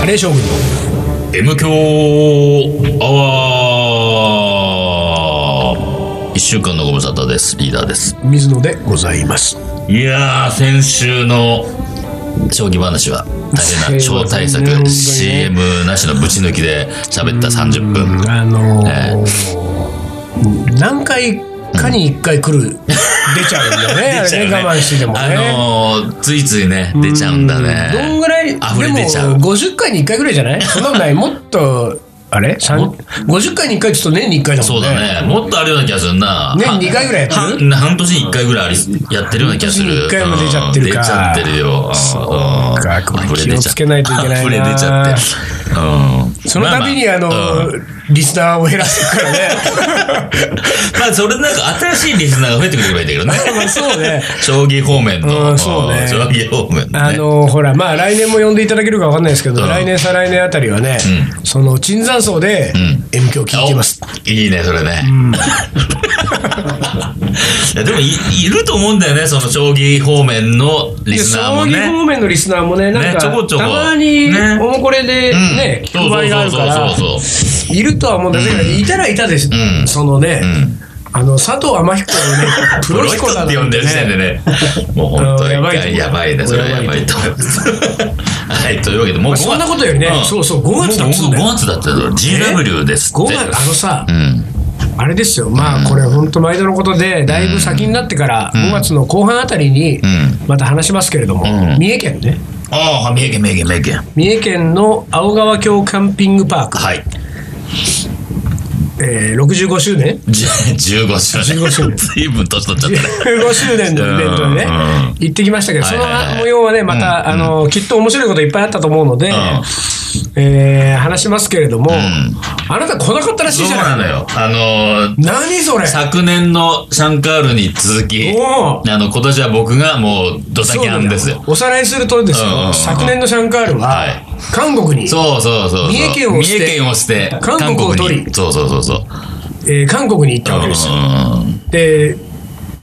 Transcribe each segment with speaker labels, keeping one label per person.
Speaker 1: カレー将軍の
Speaker 2: M 強アワー一週間のご無沙汰です。リーダーです。
Speaker 1: 水野でございます
Speaker 2: いやー、先週の将棋話は大変な超 大
Speaker 1: すいませんね本当にね
Speaker 2: 作、CM なしのぶち抜きで喋った30分。
Speaker 1: あのー何回かに1回来る、出ちゃうんだね
Speaker 2: 出ちゃうね
Speaker 1: あれね我慢しててもね、
Speaker 2: あのー、ついついね、出ちゃうんだね。
Speaker 1: どんぐらいでも
Speaker 2: 溢れ出ちゃう。
Speaker 1: 50回に1回ぐらいじゃないそんなことないもっ とあれさん50回に1回ちょっと年に1回だもんね
Speaker 2: そうだね。もっとあるような気がするな。
Speaker 1: 年2回ぐらいやってる
Speaker 2: 半半年に1回ぐらいありやってるような気がする。
Speaker 1: 半年に一回も出ちゃってるか
Speaker 2: うん出ちゃってるよ。そう
Speaker 1: かこれ気をつけないといけないな
Speaker 2: 溢れ出ちゃって。うん
Speaker 1: その度にあの、
Speaker 2: ままうん
Speaker 1: リスナーを減らしていくから ね
Speaker 2: まあ、それなんか新しいリスナーが増えてくれればいいんだけどね。
Speaker 1: まあ そうね
Speaker 2: 将棋方面と、
Speaker 1: うんそうね
Speaker 2: 将棋方面の
Speaker 1: あ
Speaker 2: ね。
Speaker 1: のほらまあ来年も呼んでいただけるかわかんないですけど、
Speaker 2: うん
Speaker 1: 来年再来年あたりはね、その椿山荘で
Speaker 2: ん
Speaker 1: M 響聞いてます、
Speaker 2: おいいね、それね。いやでもい、いると思うんだよね、その将棋方面のリ
Speaker 1: で
Speaker 2: ス
Speaker 1: 将
Speaker 2: ナーも
Speaker 1: 棋方
Speaker 2: ね。
Speaker 1: 面のリスナーもねなん
Speaker 2: ね
Speaker 1: か
Speaker 2: ちょこちょこ
Speaker 1: たまに
Speaker 2: ね
Speaker 1: おもこれで
Speaker 2: うん
Speaker 1: ね、聞く場合があるから
Speaker 2: そうそうそうそう
Speaker 1: いるとは思うんだけど、いたらいたです、
Speaker 2: うん
Speaker 1: そのね、
Speaker 2: ん
Speaker 1: あの佐藤天彦をねプ
Speaker 2: プ
Speaker 1: ロ
Speaker 2: ロ
Speaker 1: 飛
Speaker 2: 人
Speaker 1: 行だ
Speaker 2: って呼んでる時点でね。もう本当
Speaker 1: あの
Speaker 2: に
Speaker 1: やばいと思う
Speaker 2: やばいね。それはやばいと思います。 はい、というわけで、もう
Speaker 1: まあそんなことよりねそうそう五月だっつうんだよ
Speaker 2: 5月だったよ。GW ですって。
Speaker 1: 5月あのさ、
Speaker 2: うん。
Speaker 1: あれですよ、まあこれ、本当、毎度のことで、だいぶ先になってから、5月の後半あたりに
Speaker 2: ん、
Speaker 1: また話しますけれども、
Speaker 2: ん
Speaker 1: 三重県ね、
Speaker 2: ああ、名言、名言、名言。
Speaker 1: 三重県の青川峡キャンピングパーク、
Speaker 2: はい。
Speaker 1: えー65周年、
Speaker 2: じゅ15周年。
Speaker 1: 15周年
Speaker 2: 随分年取っちゃったね。
Speaker 1: 15周年のイベントでね
Speaker 2: うん、
Speaker 1: 行ってきましたけど、その
Speaker 2: はいはいはい
Speaker 1: 模様はね、ま
Speaker 2: うん
Speaker 1: た、あのきっと面白いこといっぱいあったと思うので
Speaker 2: ん、
Speaker 1: えー話しますけれども、
Speaker 2: ん
Speaker 1: あなた来なかったらしい
Speaker 2: そう
Speaker 1: じゃな
Speaker 2: な
Speaker 1: い
Speaker 2: のよ。あのー
Speaker 1: 何それ
Speaker 2: 昨年のシャンカールに続き、
Speaker 1: おー
Speaker 2: あの、今年は僕がもう、ドタキャンですよ。
Speaker 1: おさらいするとです
Speaker 2: うんうんう
Speaker 1: よ、
Speaker 2: ん
Speaker 1: 昨年のシャンカールは
Speaker 2: はい、
Speaker 1: 韓国に、
Speaker 2: そうそうそうそう。
Speaker 1: 三重県を捨て
Speaker 2: 三重県を捨て
Speaker 1: 韓国を取り
Speaker 2: 韓国にそうそうそうそう。
Speaker 1: えー韓国に行ったわけですよ。
Speaker 2: う
Speaker 1: で、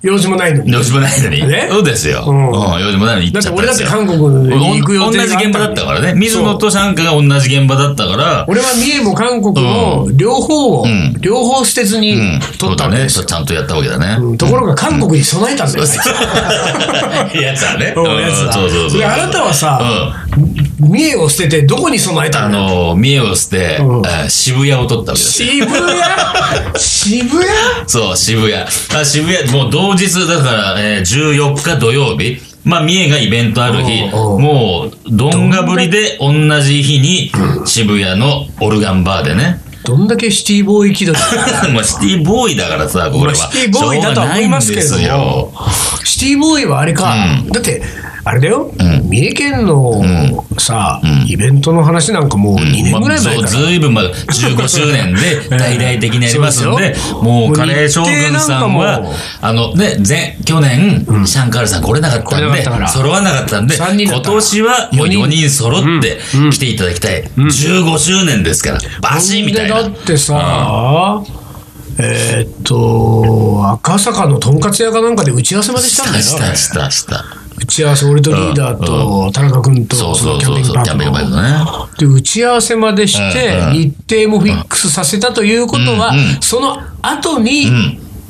Speaker 1: 用事もないの
Speaker 2: ん。
Speaker 1: に。
Speaker 2: 用事もないのに。
Speaker 1: ね
Speaker 2: そうですよ。
Speaker 1: う
Speaker 2: うんん。用事もないのに
Speaker 1: だ
Speaker 2: 行っ
Speaker 1: って
Speaker 2: ちゃったん
Speaker 1: 俺
Speaker 2: で
Speaker 1: だっ
Speaker 2: す
Speaker 1: て
Speaker 2: よ。
Speaker 1: 韓国に行く予
Speaker 2: 同
Speaker 1: 定
Speaker 2: じ
Speaker 1: があ
Speaker 2: 現場だったからね。水野
Speaker 1: そう
Speaker 2: とシャンカが同じ現場だったから、
Speaker 1: 俺は三重も韓国も両方を、
Speaker 2: ん
Speaker 1: 両方捨てずに
Speaker 2: うん。
Speaker 1: 取った
Speaker 2: だ
Speaker 1: んで
Speaker 2: ね。
Speaker 1: す
Speaker 2: そ
Speaker 1: よ
Speaker 2: うちゃんとやったわけだね。
Speaker 1: ところが韓国に備えたんだよ、
Speaker 2: やつはね。
Speaker 1: うんやつは
Speaker 2: うんそうそうそう。
Speaker 1: であなたはさ
Speaker 2: うん
Speaker 1: 三重を捨ててどこに備えた
Speaker 2: あ
Speaker 1: んだよ
Speaker 2: の、三重を捨て、
Speaker 1: うん
Speaker 2: あ渋谷を取ったわけですよ。
Speaker 1: 渋谷渋谷
Speaker 2: そう、渋谷。あ渋谷、もう同日、だから、えー14日土曜日。まあ、三重がイベントある日、
Speaker 1: おうおう
Speaker 2: もう、どんがぶりで同じ日に、渋谷のオルガンバーでね。
Speaker 1: どんだけシティボーイ気取り
Speaker 2: まあ、シティボーイだからさ、これは。
Speaker 1: シティボーイだとは思いますけれど
Speaker 2: しょうがないんですよ
Speaker 1: も。シティボーイはあれか、だってあれだよ、三重県のさ、イベントの話なんかもう2年ぐらい前か
Speaker 2: ま
Speaker 1: ら
Speaker 2: あ、そうずいぶんまで15周年 で大々的にやりますん
Speaker 1: そう
Speaker 2: で
Speaker 1: ですよ、
Speaker 2: もうカレー将軍さん
Speaker 1: もう日程なんかも
Speaker 2: は、あのね、前、去年、シャンカールさん来れなかった
Speaker 1: 来れ
Speaker 2: ん
Speaker 1: なかったから
Speaker 2: で、揃わなかったんで、
Speaker 1: 三人だ
Speaker 2: 今
Speaker 1: った
Speaker 2: 年はもう4人揃って来ていただきたい。15周年ですから、バシーみたい
Speaker 1: ほん
Speaker 2: な
Speaker 1: で。だってさ、えーっと赤坂のとんかつ屋かなんかで打ち合わせまでしたんだよ
Speaker 2: した、した、した。
Speaker 1: 打ち合わせ俺とリーダーと田中君と
Speaker 2: そう
Speaker 1: そ
Speaker 2: そ
Speaker 1: の
Speaker 2: う
Speaker 1: キャンピング
Speaker 2: そうそ
Speaker 1: パ
Speaker 2: う、キャンペーンバイ
Speaker 1: ー
Speaker 2: ト
Speaker 1: クの。
Speaker 2: ね。
Speaker 1: で打ち合わせまでして
Speaker 2: うんうん
Speaker 1: 日程もフィックスさせたということは
Speaker 2: うんうん
Speaker 1: その後に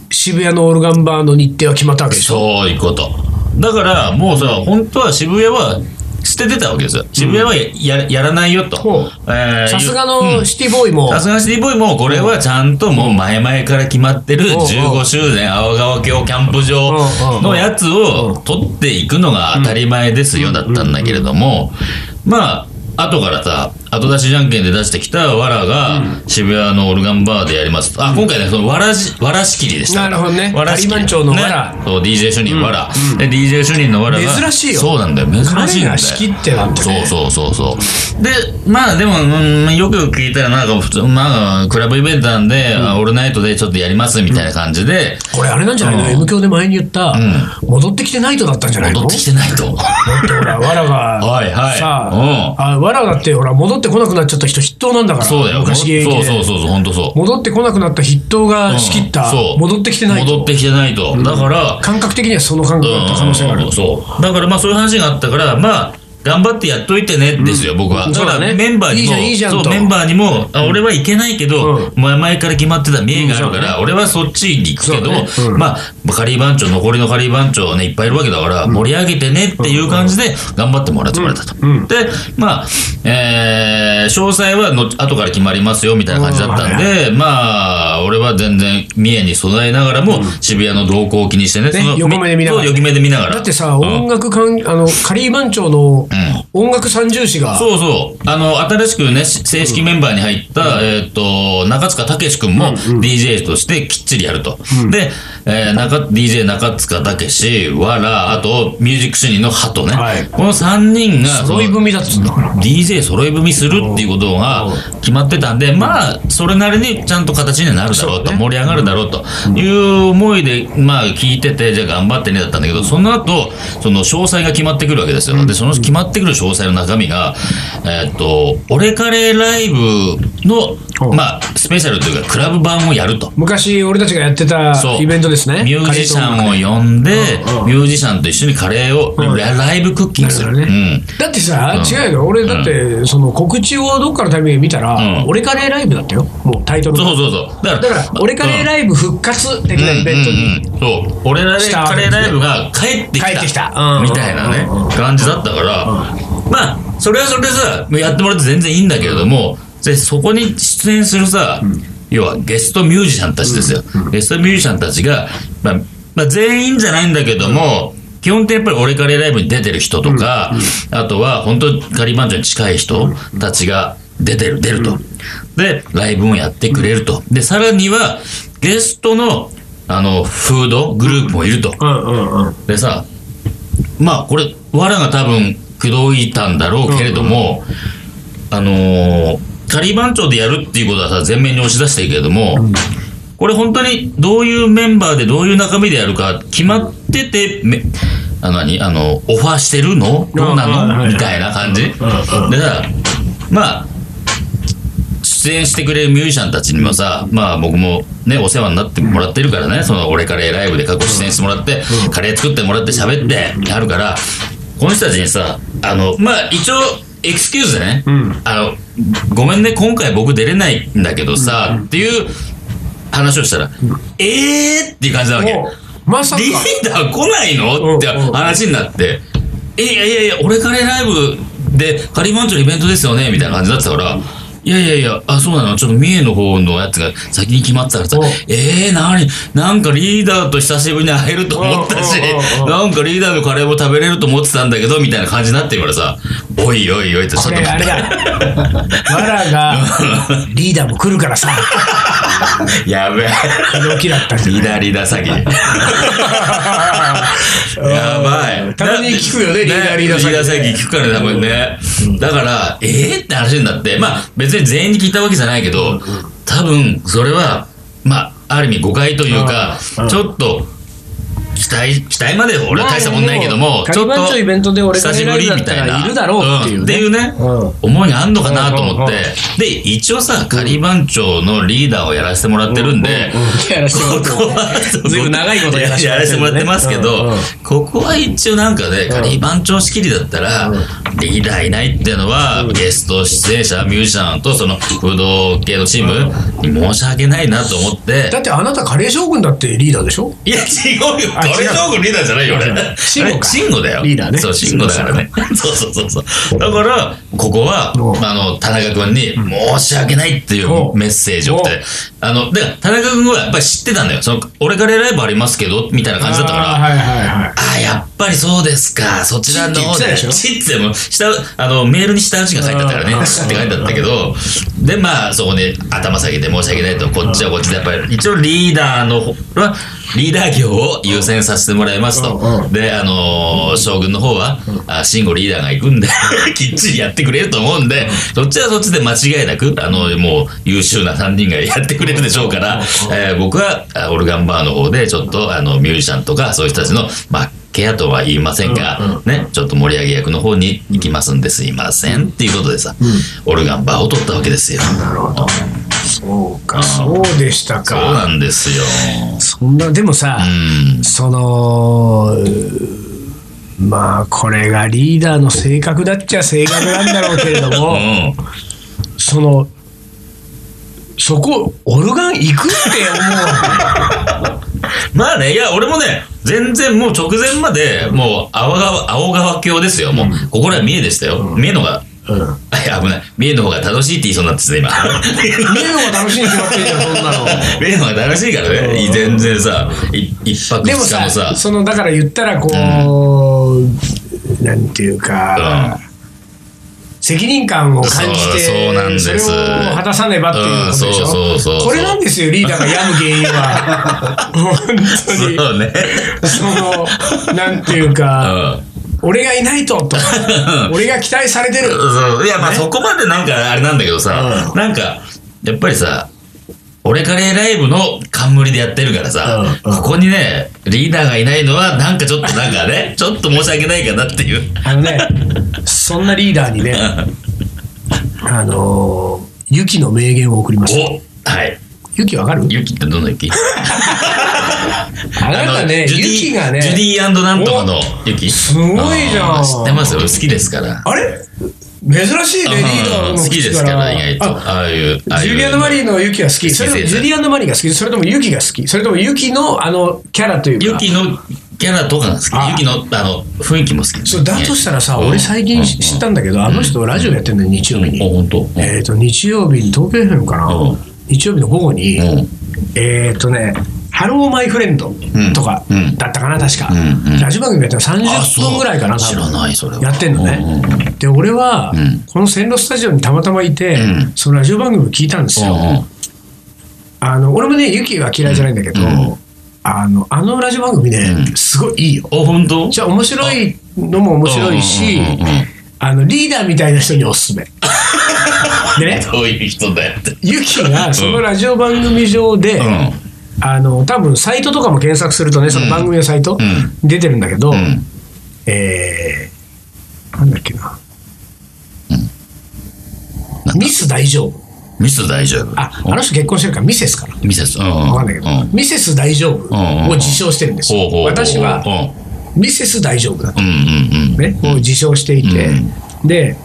Speaker 1: 渋谷のオルガンバーの日程は決まったわけでしょ
Speaker 2: そういうこと。だから、もうさ、本当は渋谷は捨ててたわけですよ。渋谷はや,、やらないよと
Speaker 1: ほう。
Speaker 2: えー
Speaker 1: さすが
Speaker 2: うん
Speaker 1: のシティボーイも、
Speaker 2: さすがシティボーイもこれはちゃんともう前々から決まってる
Speaker 1: うん
Speaker 2: 15周年青川峡キャンプ場のやつを取っていくのが当たり前ですよだったんだけれどもまあ後からさ後出しじゃんけんで出してきたわらが渋谷のオルガンバーでやりますあ今回ねそのわらしわらしきりでした
Speaker 1: なるほどね
Speaker 2: わらしきり
Speaker 1: 播磨町のわら
Speaker 2: ねそう DJ 主任わらで DJ 主任のわらが
Speaker 1: 珍しいよ
Speaker 2: そうなんだよ珍しいんだよ
Speaker 1: 彼が仕切ってなんてね
Speaker 2: そうそうそうそう。で、まあでも、うん、よく聞いたらなんか普通、まあ、クラブイベントなんで、あオールナイトでちょっとやりますみたいな感じで、
Speaker 1: これあれなんじゃないの、M 響で前に言った、戻ってきてないとだったんじゃないの
Speaker 2: 戻ってきてないと。
Speaker 1: だってほら、わらが、
Speaker 2: はいはい
Speaker 1: さ
Speaker 2: うん
Speaker 1: あ、あわらだってほら、戻ってこなくなっちゃった人筆頭なんだから、
Speaker 2: そうだよ。
Speaker 1: 昔現役
Speaker 2: そう
Speaker 1: で。
Speaker 2: そうそうそう、本当そう。
Speaker 1: 戻ってこなくなった筆頭が仕切った、
Speaker 2: うんそう
Speaker 1: 戻ってきてないと
Speaker 2: 戻ってきてないと。だから、
Speaker 1: 感覚的にはその感覚だった可能性がある。
Speaker 2: うんそうだからまあそういう話があったからまあ頑張ってやっといてねですよ、僕は。だか
Speaker 1: そうだ
Speaker 2: ら
Speaker 1: ね
Speaker 2: メンバーに
Speaker 1: いいじ
Speaker 2: も、
Speaker 1: ゃんいいじゃん
Speaker 2: そう
Speaker 1: と
Speaker 2: メンバーにも、あ俺はいけないけど、前々から決まってた名がある
Speaker 1: うんそ
Speaker 2: か
Speaker 1: うだ
Speaker 2: ら、俺はそっちに行くけど、
Speaker 1: そうだねうん
Speaker 2: まあ、カリー番長、残りのカリー番長ね、いっぱいいるわけだから、盛り上げてねっていう感じで、頑張ってもらってもらったと。で、まあ、えー詳細はの後から決まりますよ、みたいな感じだったんで、まあ、俺は全然、三重に備えながらも、渋谷の動向を気にしてね、
Speaker 1: ね
Speaker 2: その
Speaker 1: 横目で見ながら
Speaker 2: そう横目で見ながら。
Speaker 1: だってさ、
Speaker 2: うん
Speaker 1: 音楽関あの、カリー番長の音楽三重士が、
Speaker 2: そうそう。あの、新しくね、し正式メンバーに入った、えーっ、と、中塚武くんも DJ としてきっちりやると。で、えー中、DJ 中塚武わら、あと、ミュージック主任のハトね。
Speaker 1: はい
Speaker 2: この3人が、その
Speaker 1: 揃い踏みだっつうんだから。
Speaker 2: DJ 揃い踏みするっていうことが決まってたんで、まあ、それなりにちゃんと形になるだろうと、盛り上がるだろうという思いで、まあ、聞いてて、じゃあ頑張ってねだったんだけど、その後、その詳細が決まってくるわけですよ。で、その決まってくる詳細の中身が、えーっと、オレカレライブの
Speaker 1: う、ん
Speaker 2: まあ、スペシャルというか、クラブ版をやると。
Speaker 1: 昔、俺たちがやってた
Speaker 2: そう
Speaker 1: イベントですね。
Speaker 2: ミュージシ
Speaker 1: カレー
Speaker 2: ャ
Speaker 1: と音楽
Speaker 2: ンを呼んで
Speaker 1: うんう、ん
Speaker 2: ミュージシャンと一緒にカレーを、ラライブクッキングする。
Speaker 1: なるほど
Speaker 2: うん
Speaker 1: だってさ、違うよ。俺、だって、その告知をどっかのタイミングで見たら
Speaker 2: う、ん
Speaker 1: 俺カレーライブだったよ。もうタイトルが
Speaker 2: そうそうそう。だ
Speaker 1: だから、俺カレーライブ復活的なイベントに。
Speaker 2: うんうんうんそう俺らで
Speaker 1: した
Speaker 2: カレーライブが帰ってきた
Speaker 1: 帰ってきたうん
Speaker 2: みたいなね
Speaker 1: うん
Speaker 2: 感じだったから、まあそれはそれでさやってもらって全然いいんだけれどもでそこに出演するさ、要はゲストミュージシャンたちですよ、ゲストミュージシャンたちが、まあまあ、全員じゃないんだけども、基本ってやっぱり俺カレーライブに出てる人とか、あとは本当にカリーマンジョンに近い人たちが出てる、出ると。で、ライブもやってくれると。で、さらには、ゲストの、あの、フード、グループもいると。
Speaker 1: うんうんうん。
Speaker 2: でさ、まあこれ、わらが多分、口説いたんだろうけれども、あのー、仮番長でやるっていうことはさ、前面に押し出してるけれども、これ本当にどういうメンバーでどういう中身でやるか決まってて、めあの何あの、オファーしてるのどう
Speaker 1: うんうん
Speaker 2: な
Speaker 1: はいは
Speaker 2: の
Speaker 1: い
Speaker 2: みたいな感じ。で
Speaker 1: ん
Speaker 2: さ、まあ、出演してくれるミュージシャンたちにもさ、まあ僕もね、お世話になってもらってるからね、その俺カレーライブで過去出演してもらって、カレー作ってもらって喋ってあるから、この人たちにさ、あの、まあ一応、エクスキューズでね、
Speaker 1: ん
Speaker 2: あの、ごめんね、今回僕出れないんだけどさ、っていう話をしたら、えーっていう感じなわけ。
Speaker 1: もう、まさか
Speaker 2: リ。ーダー来ないのって話になって、え、いやいやいや、俺カレーライブで、カリーマンチョのイベントですよねみたいな感じだったから、いやいやいや、あ、そうなのちょっと三重の方のやつが先に決まってたからさ
Speaker 1: お、
Speaker 2: えー、なに、なんかリーダーと久しぶりに会えると思ったし
Speaker 1: お、おお
Speaker 2: なんかリーダーのカレーも食べれると思ってたんだけど、みたいな感じになってるからさ、おいおいおいってちょ
Speaker 1: こ
Speaker 2: っ
Speaker 1: れ、
Speaker 2: と待
Speaker 1: あ
Speaker 2: って
Speaker 1: れだ。わらが、リーダーも来るからさ、
Speaker 2: やべえ。
Speaker 1: 動きだったんじゃない
Speaker 2: リーダーリーダー詐 欺。 やばい。
Speaker 1: たまに聞くよねリ
Speaker 2: だ
Speaker 1: ーダーリーダー詐欺
Speaker 2: リーダー詐欺聞くからね多分ね。だから、えーって話になって、まあ別に全員に聞いたわけじゃないけど、多分それは、まあある意味誤解というか、ちょっと、期待、期待まで俺は大したもんないけど
Speaker 1: ま
Speaker 2: も、
Speaker 1: あ
Speaker 2: ち
Speaker 1: で
Speaker 2: ょ
Speaker 1: もカリ
Speaker 2: っ
Speaker 1: バン
Speaker 2: と、
Speaker 1: チョイベントで俺
Speaker 2: 久しぶりみた
Speaker 1: カ
Speaker 2: い
Speaker 1: リバンチョイベントだった
Speaker 2: な。
Speaker 1: らいるだろうっていうね
Speaker 2: んっていうね
Speaker 1: うん、
Speaker 2: 思いがあんのかなと思って、で、一応さ、仮番長のリーダーをやらせてもらってるんで、
Speaker 1: やらせてもら
Speaker 2: こ
Speaker 1: って
Speaker 2: こは、
Speaker 1: ずいぶん長いことやらせてもらってるね
Speaker 2: もらってますけど、
Speaker 1: うんうん
Speaker 2: ここは一応なんかね、仮番長仕切りだったら、リーダーいないっていうのは、ゲスト出演者、ミュージシャンとその不動系のチームに申し訳ないなと思って、
Speaker 1: だってあなたカレー将軍だってリーダーでしょ
Speaker 2: いや、違うよ。
Speaker 1: あ
Speaker 2: カレー将軍リーダーじゃないよ、
Speaker 1: 違う違
Speaker 2: 俺。
Speaker 1: う慎吾か
Speaker 2: 慎吾だよ。
Speaker 1: リーダーね
Speaker 2: そう、慎吾だからね。そうそうそうそう。だから、ここは、
Speaker 1: うん
Speaker 2: あの、田中君に、申し訳ないっていう
Speaker 1: うん
Speaker 2: メッセージを送っ
Speaker 1: う
Speaker 2: て、あの、で、田中君はやっぱり知ってたんだよ。その、俺カレーライブありますけど、みたいな感じだったから、
Speaker 1: あーはいはいはい。
Speaker 2: あやっぱりそうですか。そちらの方で。
Speaker 1: ちって
Speaker 2: ちっても、下、あの、メールに下打ちが書いてあったからね、
Speaker 1: あー
Speaker 2: ちって書いてあったけど、で、まあ、そこで頭下げて申し訳ないと、こっちはこっちで、やっぱり、一応リーダーの方は、リーダー業を優先させてもらいます
Speaker 1: うん
Speaker 2: と
Speaker 1: う。
Speaker 2: で、あのー将軍の方は、あ慎吾リーダーが行くんで、 きっちりやってくれると思うんで、そっちはそっちで間違いなく、あの、もう優秀な3人がやってくれるでしょうから、えー僕はあオルガンバーの方で、ちょっと、あの、ミュージシャンとか、そういう人たちの、まあ、ケアとは言いませんが、ね、ちょっと盛り上げ役の方に行きますんですいませんっていうことでさ、オルガンバーを取ったわけですよ。
Speaker 1: なるほど。そうか、そうでした
Speaker 2: そう
Speaker 1: か。
Speaker 2: なんですよ。
Speaker 1: そんな、でもさ、
Speaker 2: うん。
Speaker 1: その、うーまあこれがリーダーの性格だっちゃ性格なんだろうけれど も、
Speaker 2: うん。
Speaker 1: そのそこオルガン行くって思
Speaker 2: まあね、いや、俺もね、全然もう直前まで、もう青川、青川郷ですよ。もう、ここらは三重でしたよ。三重のが、
Speaker 1: う、うん、
Speaker 2: いや危ない。三重の方が楽しいって言いそうになってたね、今。
Speaker 1: 見るのが楽しいに決まってんじゃんそんなの
Speaker 2: 三重の方が楽しいからね。全然さ、い一泊二
Speaker 1: で
Speaker 2: 日
Speaker 1: も
Speaker 2: のさ、
Speaker 1: さそのだから言ったらこう、なんていうか、責任感を感じて
Speaker 2: そうそうなんです
Speaker 1: れを果たさねばっていうことでしょ、
Speaker 2: うんそうそうそう
Speaker 1: これなんですよリーダーが病む原因 は本当に
Speaker 2: そ うね。
Speaker 1: そのなんていう
Speaker 2: う
Speaker 1: か、
Speaker 2: ん。
Speaker 1: 俺がいないと と俺が期待されてる
Speaker 2: そういやまあそこまでなんかあれなんだけどさ、なんかやっぱりさ俺カレーライブの冠でやってるからさ、
Speaker 1: うんうん
Speaker 2: ここにねリーダーがいないのはなんかちょっとなんか ねちょっと申し訳ないかなっていう
Speaker 1: あのねそんなリーダーにねあのーユキの名言を送ります
Speaker 2: おはい
Speaker 1: ユキわかる
Speaker 2: ユキってどんなユキ
Speaker 1: あなたね
Speaker 2: ジュディ
Speaker 1: ユキがね
Speaker 2: ジュディなんとかのユキ
Speaker 1: すごいじゃん
Speaker 2: あー知ってますよ俺好きですから
Speaker 1: あれ珍しいね、リーダー
Speaker 2: う
Speaker 1: の
Speaker 2: ん好きですから意外と
Speaker 1: あ
Speaker 2: ああいうああい
Speaker 1: ジ
Speaker 2: う
Speaker 1: ュリアン・マリーのユキが好き。
Speaker 2: 好き
Speaker 1: それとも
Speaker 2: です
Speaker 1: ジュリアン・マリーが好きそれともユキが好きそれともユキのあのキャラというか。
Speaker 2: ユキのキャラとかが好き
Speaker 1: あ
Speaker 2: ユキのあの雰囲気も好きです
Speaker 1: そうだとしたらさ、
Speaker 2: うん
Speaker 1: 俺最近し知ったんだけど、あの人ラジオやってんのよ日曜日
Speaker 2: お
Speaker 1: に。
Speaker 2: 本当うん
Speaker 1: えっと、日曜日に、東京 FM かな
Speaker 2: うん
Speaker 1: 日曜日の午後に、
Speaker 2: うん
Speaker 1: えっとね、ハローマイフレンドとか
Speaker 2: うん
Speaker 1: だったかな、確か
Speaker 2: うんうん。
Speaker 1: ラジオ番組やってるの
Speaker 2: あ
Speaker 1: 30
Speaker 2: そう
Speaker 1: 分ぐらいかな、多
Speaker 2: 知ら
Speaker 1: 分。
Speaker 2: ないそれは
Speaker 1: やってんの
Speaker 2: うんうん
Speaker 1: ね。で、俺は
Speaker 2: ん、
Speaker 1: この線路スタジオにたまたまいて
Speaker 2: うん、
Speaker 1: そのラジオ番組を聞いたんですよ。あの、俺もね、ユキは嫌いじゃないんだけど、
Speaker 2: うん
Speaker 1: あの、あのラジオ番組ね、
Speaker 2: う
Speaker 1: すごいいいよ。
Speaker 2: お本当
Speaker 1: じゃあ面白いのも面白いし
Speaker 2: うんうんうんうん、
Speaker 1: あの、リーダーみたいな人におすす め。でね、
Speaker 2: どういう人だよって
Speaker 1: ユキがそのラジオ番組上で、
Speaker 2: う
Speaker 1: あの、多分サイトとかも検索するとね、その番組のサイト、
Speaker 2: う
Speaker 1: 出てるんだけど、
Speaker 2: んうん
Speaker 1: えー、なんだっけな。ミス大丈夫。
Speaker 2: ミス大丈夫
Speaker 1: あ、あの人結婚してるからミセスかな。
Speaker 2: ミセスうん
Speaker 1: わかんないけど、
Speaker 2: うん
Speaker 1: ミセス大丈夫
Speaker 2: んうん
Speaker 1: を自称してるんです
Speaker 2: ほうほ
Speaker 1: よ
Speaker 2: うほう。
Speaker 1: 私はミセス大丈夫だ
Speaker 2: うんうんうん
Speaker 1: ね、を自称していて、で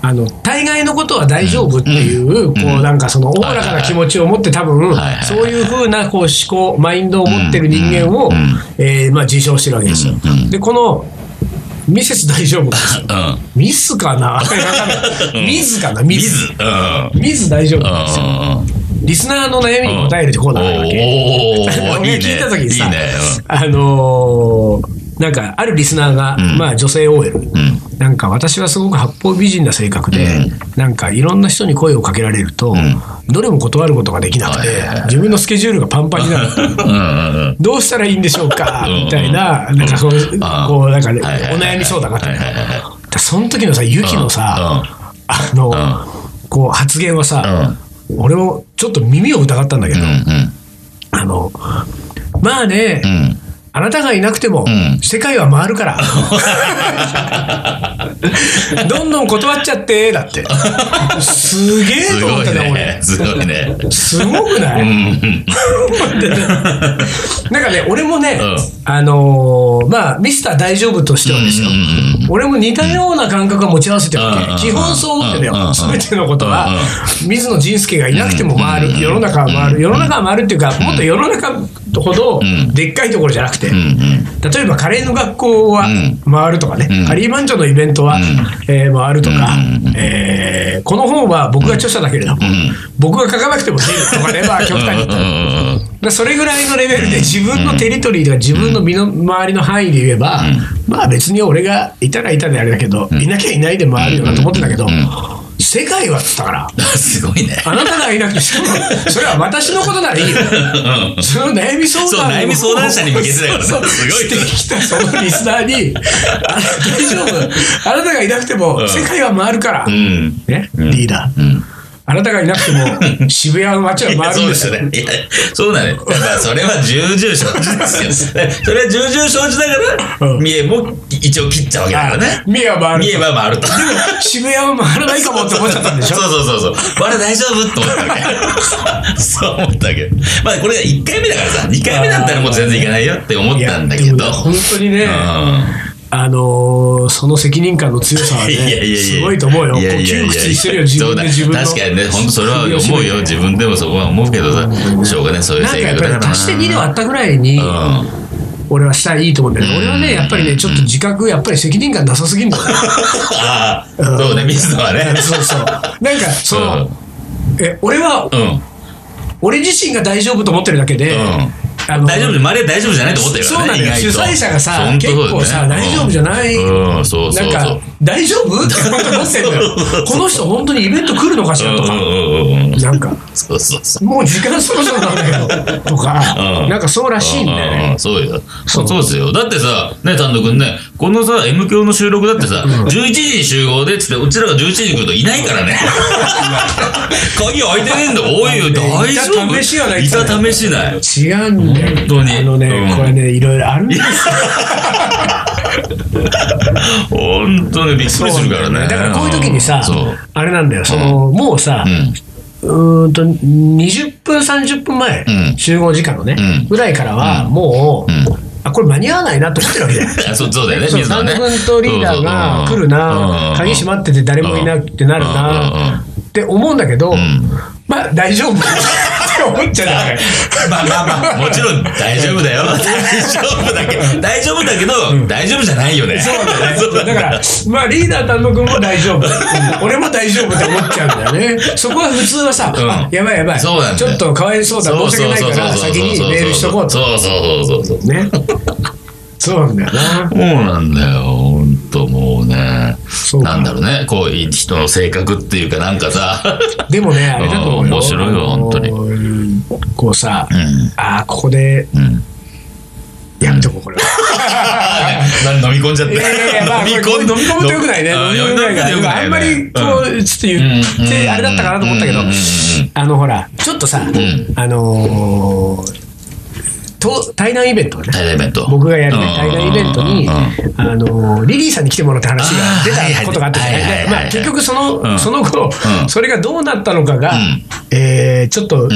Speaker 1: あの大概のことは大丈夫っていう、こうなんかそのおおらかな気持ちを持って多分、
Speaker 2: はいはい
Speaker 1: そういうふうなこう思考マインドを持ってる人間を、
Speaker 2: うん
Speaker 1: えーまあ、自称してるわけですよ。
Speaker 2: うん
Speaker 1: でこのミセス大丈夫ですよ
Speaker 2: うん
Speaker 1: ミスか なわかんないミズかなミ
Speaker 2: ミ
Speaker 1: ズ
Speaker 2: スうん
Speaker 1: ミズ大丈
Speaker 2: う
Speaker 1: 夫ですよ
Speaker 2: ん
Speaker 1: リスナーの悩みに答えるってコーナーなわけ。
Speaker 2: お
Speaker 1: 俺が
Speaker 2: ーいいね
Speaker 1: 聞いた時にさ
Speaker 2: いいね
Speaker 1: あのーなんかあるリスナーが、
Speaker 2: ん
Speaker 1: まあ女性 OL、
Speaker 2: ん
Speaker 1: なんか私はすごく八方美人な性格で、
Speaker 2: うん
Speaker 1: なんかいろんな人に声をかけられると、どれも断ることができなくて、
Speaker 2: はいはいはい
Speaker 1: 自分のスケジュールがパンパンに なる。
Speaker 2: うんうんうん
Speaker 1: どうしたらいいんでしょうか
Speaker 2: うん
Speaker 1: みたいな、なんかそう、こう、
Speaker 2: あー
Speaker 1: なんかね、
Speaker 2: はいはいはい
Speaker 1: お悩み相談があって、
Speaker 2: はいはいはいはい
Speaker 1: でその時のさ、ユキのさ、あの、こう発言はさ、俺もちょっと耳を疑ったんだけど、あの、まあね、
Speaker 2: うんうんうん
Speaker 1: あなたがいなくても、
Speaker 2: ん
Speaker 1: 世界は回る から。どんどん断っちゃって、だって。すげえ
Speaker 2: す
Speaker 1: と思
Speaker 2: ご
Speaker 1: っ
Speaker 2: い
Speaker 1: たね、
Speaker 2: ね
Speaker 1: 俺。
Speaker 2: すごいね
Speaker 1: すごくない、
Speaker 2: うん
Speaker 1: なんかね、俺もね、
Speaker 2: うん
Speaker 1: あのーまあ、ミスター大丈夫としてはですよ。
Speaker 2: うんうんうん
Speaker 1: 俺も似たような感覚は持ち合わせてるわ
Speaker 2: うんうんうん
Speaker 1: け。基本そう思ってんだ
Speaker 2: うんうんう
Speaker 1: よ。
Speaker 2: ん
Speaker 1: すべてのことは
Speaker 2: うん、
Speaker 1: 水野仁介がいなくても回
Speaker 2: うんうんう
Speaker 1: る。
Speaker 2: ん
Speaker 1: 世の中は回る。世の中は回るっていうか、もっと世の中ほど
Speaker 2: ん
Speaker 1: でっかいところじゃなくて
Speaker 2: う、んうん
Speaker 1: 例えばカレーの学校は
Speaker 2: うん
Speaker 1: 回るとかね、
Speaker 2: うん
Speaker 1: カリーマンジョのイベントは、えー回るとか、
Speaker 2: うん
Speaker 1: えーこの本は僕が著者だけれども、
Speaker 2: ん
Speaker 1: 僕が書かなくても出るとかね、まあ極端に言ったら。だからそれぐらいのレベルで自分のテリトリーとか自分の身の回りの範囲で言えば、まあ別に俺がいたらいたであれだけど、いなきゃいないで回るよなと思ってたけど、世界はっつったから。
Speaker 2: すごいね。
Speaker 1: あなたがいなくて、そそれは私のことならいいよ。その悩み相
Speaker 2: そう、
Speaker 1: 談を
Speaker 2: 悩み相談者に向けてだからね。すごい
Speaker 1: してきたそのリスナーに、あ大丈夫、あなたがいなくても世界は回るから、
Speaker 2: うん。
Speaker 1: ね、リーダー、あなたがいなく ても渋谷の街は回
Speaker 2: そ
Speaker 1: る
Speaker 2: うんで
Speaker 1: です
Speaker 2: す
Speaker 1: よ。
Speaker 2: よね。いや、そうだね。だからそれは重々承知で すよ。それは重々承知だか
Speaker 1: う
Speaker 2: ら、
Speaker 1: ん
Speaker 2: 三重も一応切っちゃうわけだからね。
Speaker 1: 三重は回る
Speaker 2: 三重は回ると。
Speaker 1: 渋谷は回らないかもって思っちゃったんでしょ
Speaker 2: そうそうそうそう。我大丈夫って思ったわ け。そう思ったわけど。まあこれが1回目だからさ、2回目だったらもう全然いかないよって思ったんだけ
Speaker 1: いやで
Speaker 2: ど。
Speaker 1: もね本当にね、
Speaker 2: う
Speaker 1: あのーその責任感の強さは
Speaker 2: いやいやい
Speaker 1: ね、
Speaker 2: や
Speaker 1: すごいと思うよ。こう
Speaker 2: いやいやいや
Speaker 1: 窮屈してるよ、自分で自
Speaker 2: そう
Speaker 1: 分
Speaker 2: だ
Speaker 1: の。
Speaker 2: 確かにね、本当それは
Speaker 1: 首
Speaker 2: 思
Speaker 1: を
Speaker 2: う
Speaker 1: 絞
Speaker 2: よ。
Speaker 1: めて
Speaker 2: 自分でもそこは思うけどさ、しょうがね、そういう
Speaker 1: なんか
Speaker 2: 性
Speaker 1: やっ
Speaker 2: 格
Speaker 1: ぱ
Speaker 2: だから
Speaker 1: り
Speaker 2: な。
Speaker 1: 足して2で割ったぐらいに、
Speaker 2: うん
Speaker 1: 俺はしたらいいと思うんだけど、
Speaker 2: うん
Speaker 1: 俺はね、やっぱりね、ちょっと自覚、やっぱり責任感なさすぎるん だよ。
Speaker 2: ああ、そうね、水野はね。
Speaker 1: そうそう。なんか、その、え、俺は、
Speaker 2: うん。うん。
Speaker 1: 俺自身が大丈夫と思ってるだけで、あの
Speaker 2: 大丈夫、周りは大丈夫じゃないと思ってるからね。
Speaker 1: そうなのよ
Speaker 2: 意外と
Speaker 1: 主催者がさ
Speaker 2: 本当そうだよ
Speaker 1: 結
Speaker 2: ね
Speaker 1: 構さ大丈夫じゃない
Speaker 2: うんうん、そう
Speaker 1: な
Speaker 2: そ
Speaker 1: ん
Speaker 2: うそ
Speaker 1: か
Speaker 2: う。、
Speaker 1: 大丈夫って本当に思ってんだ
Speaker 2: そうそうそ
Speaker 1: よ。
Speaker 2: う
Speaker 1: この人、本当にイベント来るのかしらと
Speaker 2: う
Speaker 1: か、
Speaker 2: んうんうんうん。
Speaker 1: なんか、
Speaker 2: そうそうそう。
Speaker 1: もう時間そろそろなんだけど、と
Speaker 2: う
Speaker 1: か、
Speaker 2: ん
Speaker 1: なんかそうらしいんだよ
Speaker 2: うんうんう
Speaker 1: ね。
Speaker 2: んそうよ。
Speaker 1: そ
Speaker 2: そううですよ。だってさ、ね、丹野くんね、このさ、M 響の収録だってさ、11時集合でっつって、うちらが11時に来るといないか らね。鍵開いてねえんだ。おいよ、大丈夫。
Speaker 1: いた試しがない
Speaker 2: いた試しない。
Speaker 1: 違うんだよ。
Speaker 2: 本当に
Speaker 1: あのね
Speaker 2: う、ん
Speaker 1: これね、いろいろあるんですよ。
Speaker 2: 本当にびっくりするからね。
Speaker 1: だからこういう時にさ
Speaker 2: んそう。、
Speaker 1: あれなんだよ、その、もうさ
Speaker 2: う、ん。
Speaker 1: うーんと20分、30分前、
Speaker 2: うん
Speaker 1: 集合時間のね、
Speaker 2: うん
Speaker 1: ぐらいからは、もう、
Speaker 2: うん
Speaker 1: あ、これ間に合わないなと思ってるわけだよ。
Speaker 2: あそうそうだよね、
Speaker 1: そう、
Speaker 2: 水野
Speaker 1: 丹
Speaker 2: ね。
Speaker 1: 野君とリーダーが来るな、鍵閉
Speaker 2: っ
Speaker 1: まってて誰もいなくてなる
Speaker 2: うんうんうん
Speaker 1: な、って思うんだけど
Speaker 2: ん、
Speaker 1: まあ大丈夫って思っちゃうじゃない。
Speaker 2: まあまあまあ、もちろん大丈夫 だよ。大丈夫だけど、大丈夫だけど、大丈夫じゃないよね。
Speaker 1: そうだね。
Speaker 2: そうだ
Speaker 1: だから、まあ、リーダー丹野君も大丈夫。俺も大丈夫って思っちゃうんだよね。そこは普通はさ、
Speaker 2: うん
Speaker 1: あやばいやばい。ち
Speaker 2: そうなんだ
Speaker 1: ょ
Speaker 2: よ
Speaker 1: っとかわいそうだ、
Speaker 2: そう
Speaker 1: 申し
Speaker 2: そう
Speaker 1: 訳
Speaker 2: そう
Speaker 1: ないから、
Speaker 2: そう
Speaker 1: 先にメールしとこうと。
Speaker 2: そうそうそうそうそう。
Speaker 1: ね。そうなんだよな。
Speaker 2: そうなんだよ、ほんともうね。
Speaker 1: そう
Speaker 2: なんだろうね、こういう人の性格っていうかなんかさ。
Speaker 1: でもね、あれだと思うよ。
Speaker 2: うん面白いわ本当に
Speaker 1: に。こうさ
Speaker 2: う、ん。
Speaker 1: ああ、ここで
Speaker 2: うん。
Speaker 1: やめとこう、これは。
Speaker 2: あーねなん 飲み込んじゃった。
Speaker 1: いやいやいやまあ、これ飲み込むとよくないね。
Speaker 2: うん
Speaker 1: 飲み込むとよくないから。あんまり、こう、ちょっと言っ
Speaker 2: うん
Speaker 1: て、あれだったかなと思ったけど
Speaker 2: うんうんうんうん、
Speaker 1: あの、ほら、ちょっとさ
Speaker 2: ん、
Speaker 1: あのー、と対談イベントがね、
Speaker 2: 対談イベント。
Speaker 1: 僕がやるね
Speaker 2: うん
Speaker 1: 対談イベントに
Speaker 2: うんうんうん、
Speaker 1: あのー、リリーさんに来てもらった話が
Speaker 2: あー
Speaker 1: 出たことがあったじゃない
Speaker 2: はいはいはい
Speaker 1: でまあ、結局そ
Speaker 2: うん
Speaker 1: の、その後
Speaker 2: う、ん
Speaker 1: それがどうなったのかが
Speaker 2: うん、
Speaker 1: えーちょっと
Speaker 2: うん。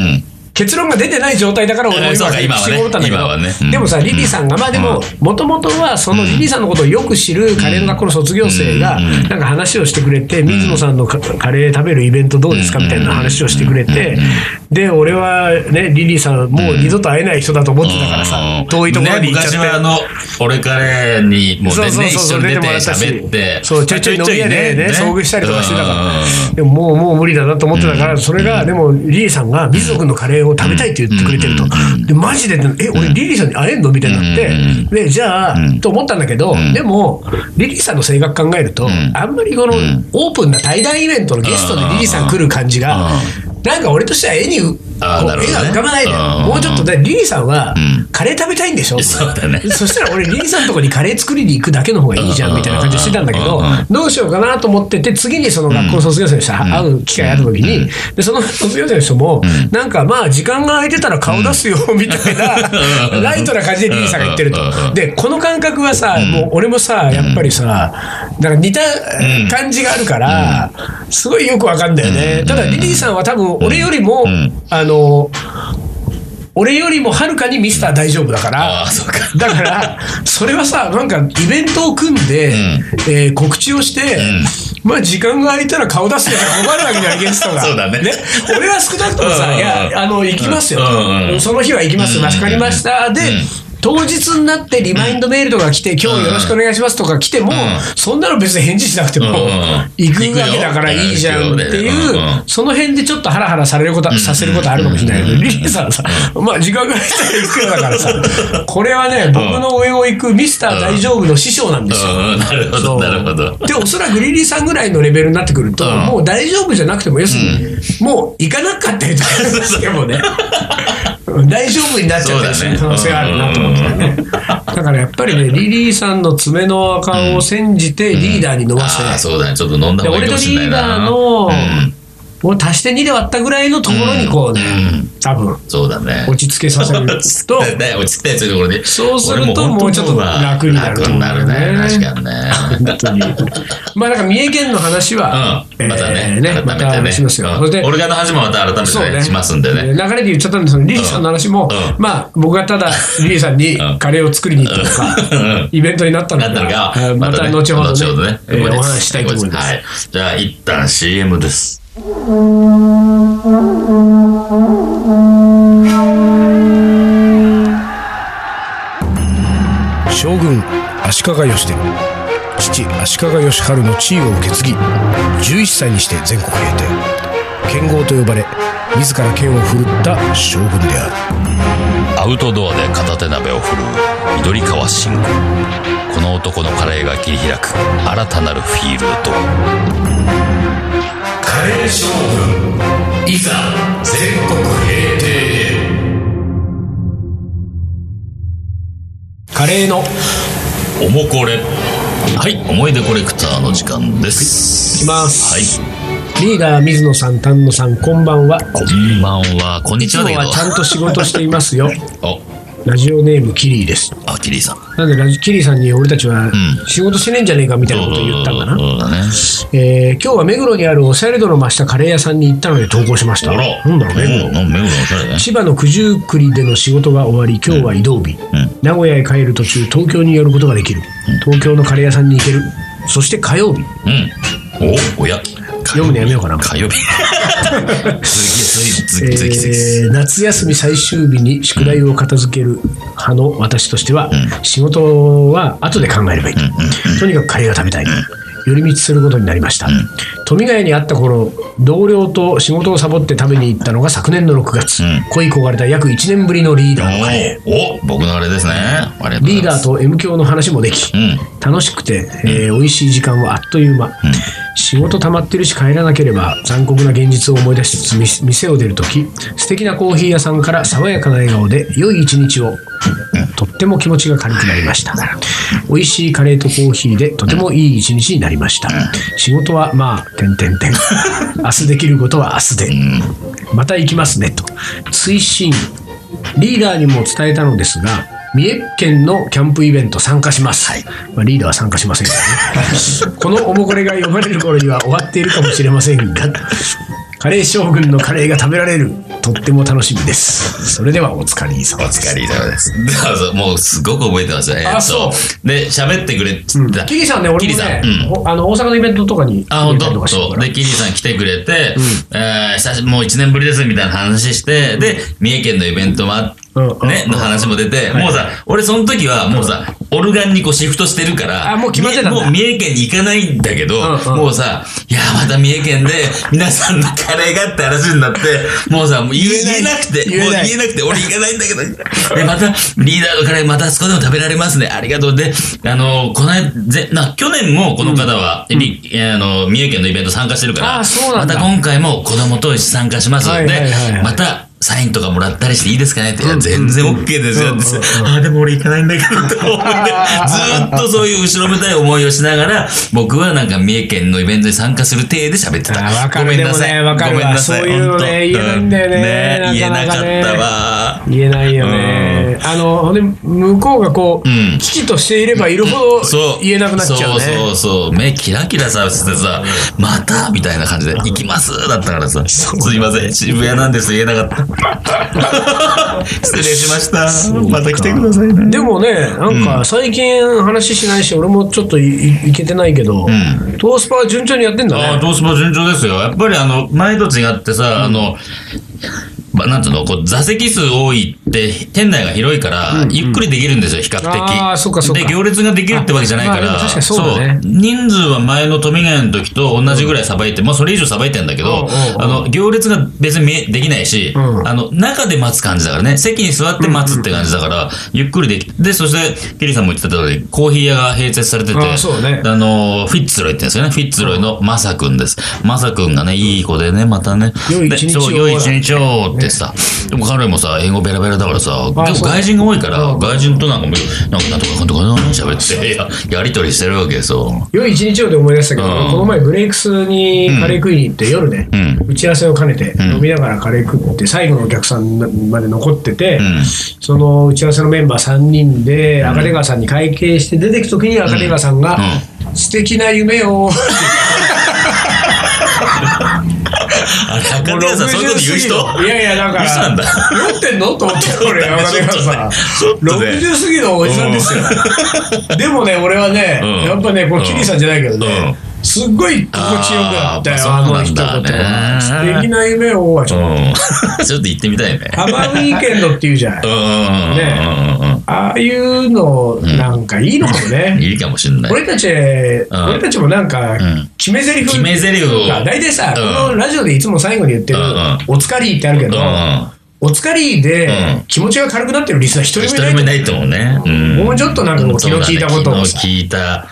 Speaker 1: 結論が出てない状態だから俺も
Speaker 2: うんそう
Speaker 1: 今
Speaker 2: か今はね
Speaker 1: 仕事だけど
Speaker 2: 今はねうん
Speaker 1: でもさリリーさんがまあでももともとはそのリリーさんのことをよく知るカレーの学校の卒業生が
Speaker 2: うん
Speaker 1: なんか話をしてくれて水野さんのカカレー食べるイベントどうですかみたいな話をしてくれてで俺はねリリーさんもう二度と会えない人だと思ってたからさ
Speaker 2: うん
Speaker 1: 遠いところに行っち
Speaker 2: ね昔は
Speaker 1: ゃ
Speaker 2: あ
Speaker 1: って。
Speaker 2: の、俺カレーにもう
Speaker 1: そう
Speaker 2: ね、
Speaker 1: そう
Speaker 2: ね
Speaker 1: そ
Speaker 2: 一
Speaker 1: うそ
Speaker 2: 緒
Speaker 1: う
Speaker 2: に
Speaker 1: 出
Speaker 2: 出
Speaker 1: てもら
Speaker 2: て
Speaker 1: ったし
Speaker 2: 喋って、
Speaker 1: そうちょいちょい飲み屋でね遭遇したりとかしてたからでももうもう無理だなと思ってたからそれがでもリリーさんが水野君のカレーを食べたいって言ってくれてるとでマジでえ俺リリーさんに会えんのみたいになってでじゃあと思ったんだけどでもリリーさんの性格考えるとあんまりこのオープンな対談イベントのゲストでリリーさん来る感じがなんか俺としては絵にこう
Speaker 2: あーなるほ
Speaker 1: 絵
Speaker 2: どね
Speaker 1: が浮かばないんだよもうちょっとでリリーさんは
Speaker 2: ん
Speaker 1: カレー食べたいんでしょ
Speaker 2: そうだね
Speaker 1: そしたら俺、リリーさんのとこにカレー作りに行くだけの方がいいじゃんみたいな感じしてたんだけど
Speaker 2: うんうんうん、
Speaker 1: どうしようかなと思ってて、次にその学校の卒業生の人と会う機会あるときに、で、その卒業生の人も、なんかまあ、時間が空いてたら顔出すよみたいな、 ライトな感じでリリーさんが言ってると
Speaker 2: うんうんう。ん
Speaker 1: で、この感覚はさ、もう俺もさ、やっぱりさ、なんか似た
Speaker 2: ん
Speaker 1: 感じがあるから、すごいよくわかんだよね。ただ、リリーさんは多分、俺よりも
Speaker 2: うん、
Speaker 1: あの、俺よりもはるかにミスター大丈夫だから
Speaker 2: ああ、、そうか。
Speaker 1: だから、それはさ、なんかイベントを組んで、えー告知をして、まあ時間が空いたら顔出すやつ困るわけじゃない、ゲストが。
Speaker 2: そうだね
Speaker 1: 俺は少なくとも
Speaker 2: うんうん
Speaker 1: さ、
Speaker 2: うん
Speaker 1: いや、あの、行きますよ、
Speaker 2: うんうん
Speaker 1: その日は行きます、
Speaker 2: うんうん
Speaker 1: わかりました。で、当日になってリマインドメールとか来て、今日よろしくお願いしますとか来ても、
Speaker 2: ん
Speaker 1: そんなの別に返事しなくても、
Speaker 2: うんうん
Speaker 1: 行くわけだからいいじゃんっていう、
Speaker 2: 行くようんうん
Speaker 1: その辺でちょっとハラハラされること、させることあるかもしれないけど、リリーさんはさ、まあ時間が空いたら行くよだからさ、これはね、僕の上を行くミスター大丈夫の師匠なんですよ。
Speaker 2: うんうんなるほ
Speaker 1: そ
Speaker 2: ど、
Speaker 1: う
Speaker 2: なるほど。
Speaker 1: で、おそらくリリーさんぐらいのレベルになってくると、
Speaker 2: うん
Speaker 1: もう大丈夫じゃなくても、要するに、もう行かなかったりとかしてもね、 うん大丈夫になっちゃったりする可能性があるなと思ってたね。だからやっぱりね、リリーさんの爪の赤を煎じてリーダーに飲ませ、
Speaker 2: ああ、そうだね。ちょっと飲んだ
Speaker 1: で
Speaker 2: 方が
Speaker 1: 俺
Speaker 2: いいか
Speaker 1: と
Speaker 2: もし
Speaker 1: リ
Speaker 2: れない
Speaker 1: ー
Speaker 2: な。
Speaker 1: ダーの
Speaker 2: うん
Speaker 1: を足して2で割ったぐらいのところにこうね、多分
Speaker 2: そうだね。
Speaker 1: 落ち着けさせ ると
Speaker 2: 落ち着いたね落ち着きたいそういうところで。
Speaker 1: そうすると
Speaker 2: 俺本当
Speaker 1: もうちょっと楽になる
Speaker 2: 楽になるね。確かにね。
Speaker 1: 本当にまあなんか三重県の話は、
Speaker 2: うん。またね、
Speaker 1: えーねまた
Speaker 2: 改め
Speaker 1: 話
Speaker 2: て
Speaker 1: しますよ、
Speaker 2: ね。
Speaker 1: それ
Speaker 2: うん
Speaker 1: で
Speaker 2: 俺がの話もまた改め
Speaker 1: そう
Speaker 2: てね
Speaker 1: ね
Speaker 2: しますんで
Speaker 1: え
Speaker 2: ね。
Speaker 1: ー流れで言っちゃったんですけどリリーさんの話も、
Speaker 2: うん
Speaker 1: まあ僕がただリリーさんに
Speaker 2: うん
Speaker 1: カレーを作りに行ったとか、
Speaker 2: うん
Speaker 1: イベントになったの
Speaker 2: な
Speaker 1: か
Speaker 2: ったのか
Speaker 1: えー、また後ほどね
Speaker 2: 後ほどね。
Speaker 1: えーお話ししたいと思います、
Speaker 2: はい。じゃあ、一旦 CM です。
Speaker 3: 将軍足利義で父足利義晴の地位を受け継ぎ11歳にして全国平定剣豪と呼ばれ自ら剣を振るった将軍である
Speaker 2: アウトドアで片手鍋を振るう緑川慎吾この男のカレーが切り開く新たなるフィールドカレー将軍いざ全国平定
Speaker 1: カレーの
Speaker 2: おもこれはい思い出コレクターの時間です
Speaker 1: いきます
Speaker 2: はい
Speaker 1: リーダー水野さん丹野さんこんばんは
Speaker 2: こんばんはこんに
Speaker 1: い
Speaker 2: ち
Speaker 1: つ
Speaker 2: は
Speaker 1: も
Speaker 2: だけ
Speaker 1: はちゃんと仕事していますよ
Speaker 2: ど
Speaker 1: ラジオネームキリーです
Speaker 2: ああキリーさん
Speaker 1: なんでラジキリーさんに俺たちは
Speaker 2: ん
Speaker 1: 仕事してねえんじゃねえかみたいなことを言ったんだな、
Speaker 2: そうだね
Speaker 1: えー今日は目黒にあるおしゃれ度の増したカレー屋さんに行ったので投稿しました
Speaker 2: あら
Speaker 1: なんだろう目黒
Speaker 2: うんうん目黒おしゃれだね
Speaker 1: 千葉の九十九里での仕事が終わり今日は移動日、
Speaker 2: ん
Speaker 1: 名古屋へ帰る途中東京に寄ることができる、東京のカレー屋さんに行けるそして火曜日
Speaker 2: うんおおや
Speaker 1: 読むのやめようかな
Speaker 2: 火曜日。次、次、次、次、次。
Speaker 1: えー夏休み最終日に宿題を片付ける派の私としては、仕事は後で考えればいい、とにかくカレーが食べたい、寄り道することになりました、富ヶ谷にあった頃同僚と仕事をサボって食べに行ったのが昨年の6月、
Speaker 2: ん
Speaker 1: 恋焦がれた約1年ぶりのリーダーのカレー
Speaker 2: おお僕のあれですね。ありがとうございます
Speaker 1: リーダーと M 教の話もでき、
Speaker 2: うん。
Speaker 1: 楽しくて、えー美味しい時間はあっという間、仕事溜まってるし帰らなければ残酷な現実を思い出しつつみ店を出るとき素敵なコーヒー屋さんから爽やかな笑顔で良い一日をとっても気持ちが軽くなりました美味しいカレーとコーヒーでとてもいい一日になりました仕事はまあ点々 点明日できることは明日でまた行きますねと推進リーダーにも伝えたのですが三重県のキャンプイベント参加します、まあ、リーダーは参加しませんけどね このおもこれが読まれる頃には終わっているかもしれませんがカレー将軍のカレーが食べられるとっても楽しみですそれではお疲れ様
Speaker 2: お
Speaker 1: です
Speaker 2: 疲れ様です。もうすごく覚えてますね。。
Speaker 1: あそう
Speaker 2: で、喋ってくれって言った。
Speaker 1: キリさんね俺
Speaker 2: キリ
Speaker 1: も
Speaker 2: さ
Speaker 1: ね
Speaker 2: ん。うん。
Speaker 1: おあの大阪のイベントとかに
Speaker 2: あ、
Speaker 1: 入
Speaker 2: 本
Speaker 1: れたりと
Speaker 2: 当
Speaker 1: かしてる
Speaker 2: そ
Speaker 1: か
Speaker 2: う。
Speaker 1: ら
Speaker 2: で、キリさん来てくれて、えー久しもう1年ぶりですみたいな話して、で、三重県のイベントもあって、
Speaker 1: うんうん
Speaker 2: ね、の話も出て、もうさ、俺その時はもうさ、オルガンにこうシフトしてるから、
Speaker 1: あもう決まってたんだ
Speaker 2: みもう三重県に行かないんだけど、
Speaker 1: うんうん
Speaker 2: もうさ、いや、また三重県で皆さんのカレーがって話になって、もうさ、もう言え
Speaker 1: 言え
Speaker 2: な
Speaker 1: ない
Speaker 2: くて、
Speaker 1: 言
Speaker 2: も
Speaker 1: え
Speaker 2: う
Speaker 1: ない
Speaker 2: 言えなくて、俺行かないんだけど、 で、また、リーダーのカレーまた少しでも食べられますね。ありがとう。で、あの、この間、ぜな去年もこの方は、りあの三重県のイベント参加してるから、
Speaker 1: あそうなんだ
Speaker 2: また今回も子供と一緒に参加しますの
Speaker 1: は
Speaker 2: で、
Speaker 1: いはいはいはい
Speaker 2: また、サインとかもらったりしていいですかねって、いや全然 OK ですよって、 ああ、でも俺行かないんだけど と思って、ずーっとそういう後ろめたい思いをしながら、僕はなんか三重県のイベントに参加する体で喋って
Speaker 1: あー
Speaker 2: た
Speaker 1: わ。か
Speaker 2: ご
Speaker 1: る
Speaker 2: めんなさ
Speaker 1: で
Speaker 2: い。
Speaker 1: もねわかる
Speaker 2: ご
Speaker 1: わ
Speaker 2: めんなさい。
Speaker 1: そういうのね
Speaker 2: 本当
Speaker 1: 言えないんだよね
Speaker 2: う言え
Speaker 1: なか
Speaker 2: なか
Speaker 1: なかね
Speaker 2: ったわ。
Speaker 1: 言えないよねあのほんで向こうがこう、
Speaker 2: うん
Speaker 1: 危機としていればいるほ
Speaker 2: そ
Speaker 1: ど
Speaker 2: う。
Speaker 1: 言えなくなっちゃうね
Speaker 2: そうそうそう。目キラキラさせてさ、またみたいな感じで、行きますだったからさ、すいま せん、渋谷なんです、言えなかった。失礼しました。また来てくださいね。
Speaker 1: でもね、なんか最近話しないし、俺もちょっといいいけてないけど、
Speaker 2: ん
Speaker 1: トースパは順調にやってん
Speaker 2: あ
Speaker 1: だ
Speaker 2: あ、
Speaker 1: ね。
Speaker 2: トースポ順調ですよ。やっぱりあの、前と違ってさ、あの、まあ、なんていうの、こう、座席数多いって、店内が広いから、ゆっくりできるんですよ、比較的。
Speaker 1: あーそっかそっか
Speaker 2: で、行列ができるってわけじゃない
Speaker 1: あ
Speaker 2: か
Speaker 1: まあで
Speaker 2: ら、
Speaker 1: も確かにそうだね
Speaker 2: そう人数は前の富ヶ谷の時と同じぐらいさばいて、まあ、それ以上さばいてんだけ
Speaker 1: うん
Speaker 2: ど、
Speaker 1: うんうん
Speaker 2: あの、行列が別に見えできないし、
Speaker 1: うん
Speaker 2: あの、中で待つ感じだからね、席に座って待つって感じだから、ゆっくりできて、で、そして、キリさんも言ってた通り、コーヒー屋が併設されてて、
Speaker 1: あーそうね
Speaker 2: あの、フィッツロイって言うんですよね。フィッツロイのマサ君です。マサ君がね、いい子でね、またね。
Speaker 1: 良い一日を
Speaker 2: でそう良い一日をっててさ、でも彼もさ、英語ベラベラだからさ、
Speaker 1: あ
Speaker 2: 結
Speaker 1: そ
Speaker 2: 構
Speaker 1: う
Speaker 2: 外人が多いから、外人となんかも、なんかなんとかかんとかなんとか喋ってや、やりとりしてるわけですよ。
Speaker 1: 良い一日をで思い出したけど、
Speaker 2: うん
Speaker 1: この前ブレイクスにカレー食いに行って夜ね、
Speaker 2: うん
Speaker 1: 打ち合わせを兼ねて、
Speaker 2: ん
Speaker 1: 飲みながらカレー食って最後のお客さんまで残ってて、
Speaker 2: うん
Speaker 1: その打ち合わせのメンバー3人で赤出川さんに会計して出てく時に赤出川さんが「素敵な夢を」
Speaker 2: あれ、赤手さん、そういうこと言う人
Speaker 1: いやいやだから
Speaker 2: 嘘なんだ
Speaker 1: 酔ってんのと思って 俺
Speaker 2: そうだね
Speaker 1: 赤出川さん
Speaker 2: ちょっとね
Speaker 1: 60過ぎのおじさんですよでもね俺はね、
Speaker 2: うん
Speaker 1: やっぱねこのキリさんじゃないけどね、すっごい心地よかったよあ
Speaker 2: あーま
Speaker 1: の
Speaker 2: あ
Speaker 1: 一言
Speaker 2: そうなんだ
Speaker 1: は
Speaker 2: ね
Speaker 1: 素敵な夢をはちょっと
Speaker 2: うん。ちょっと行ってみたいね。
Speaker 1: ハマウィーケンドっていうじゃない
Speaker 2: うんうんうんうん
Speaker 1: ああいうのなんかいいのかも
Speaker 2: うん。
Speaker 1: ね、
Speaker 2: いいかもしんない。
Speaker 1: 俺たち、俺たちもなんか
Speaker 2: ん
Speaker 1: 決め台詞
Speaker 2: 決め台詞を
Speaker 1: が大体さ、
Speaker 2: うん
Speaker 1: このラジオでいつも最後に言ってる
Speaker 2: うんうん
Speaker 1: 「お疲れ」ってあるけど、
Speaker 2: うん
Speaker 1: お疲れで
Speaker 2: うん
Speaker 1: 気持ちが軽くなってるリスナー一人も
Speaker 2: 一
Speaker 1: い
Speaker 2: 人
Speaker 1: な
Speaker 2: もい
Speaker 1: い
Speaker 2: ないと思うね。ん
Speaker 1: もうちょっとなんかこう気の利いたことを
Speaker 2: そうだね気の利いた。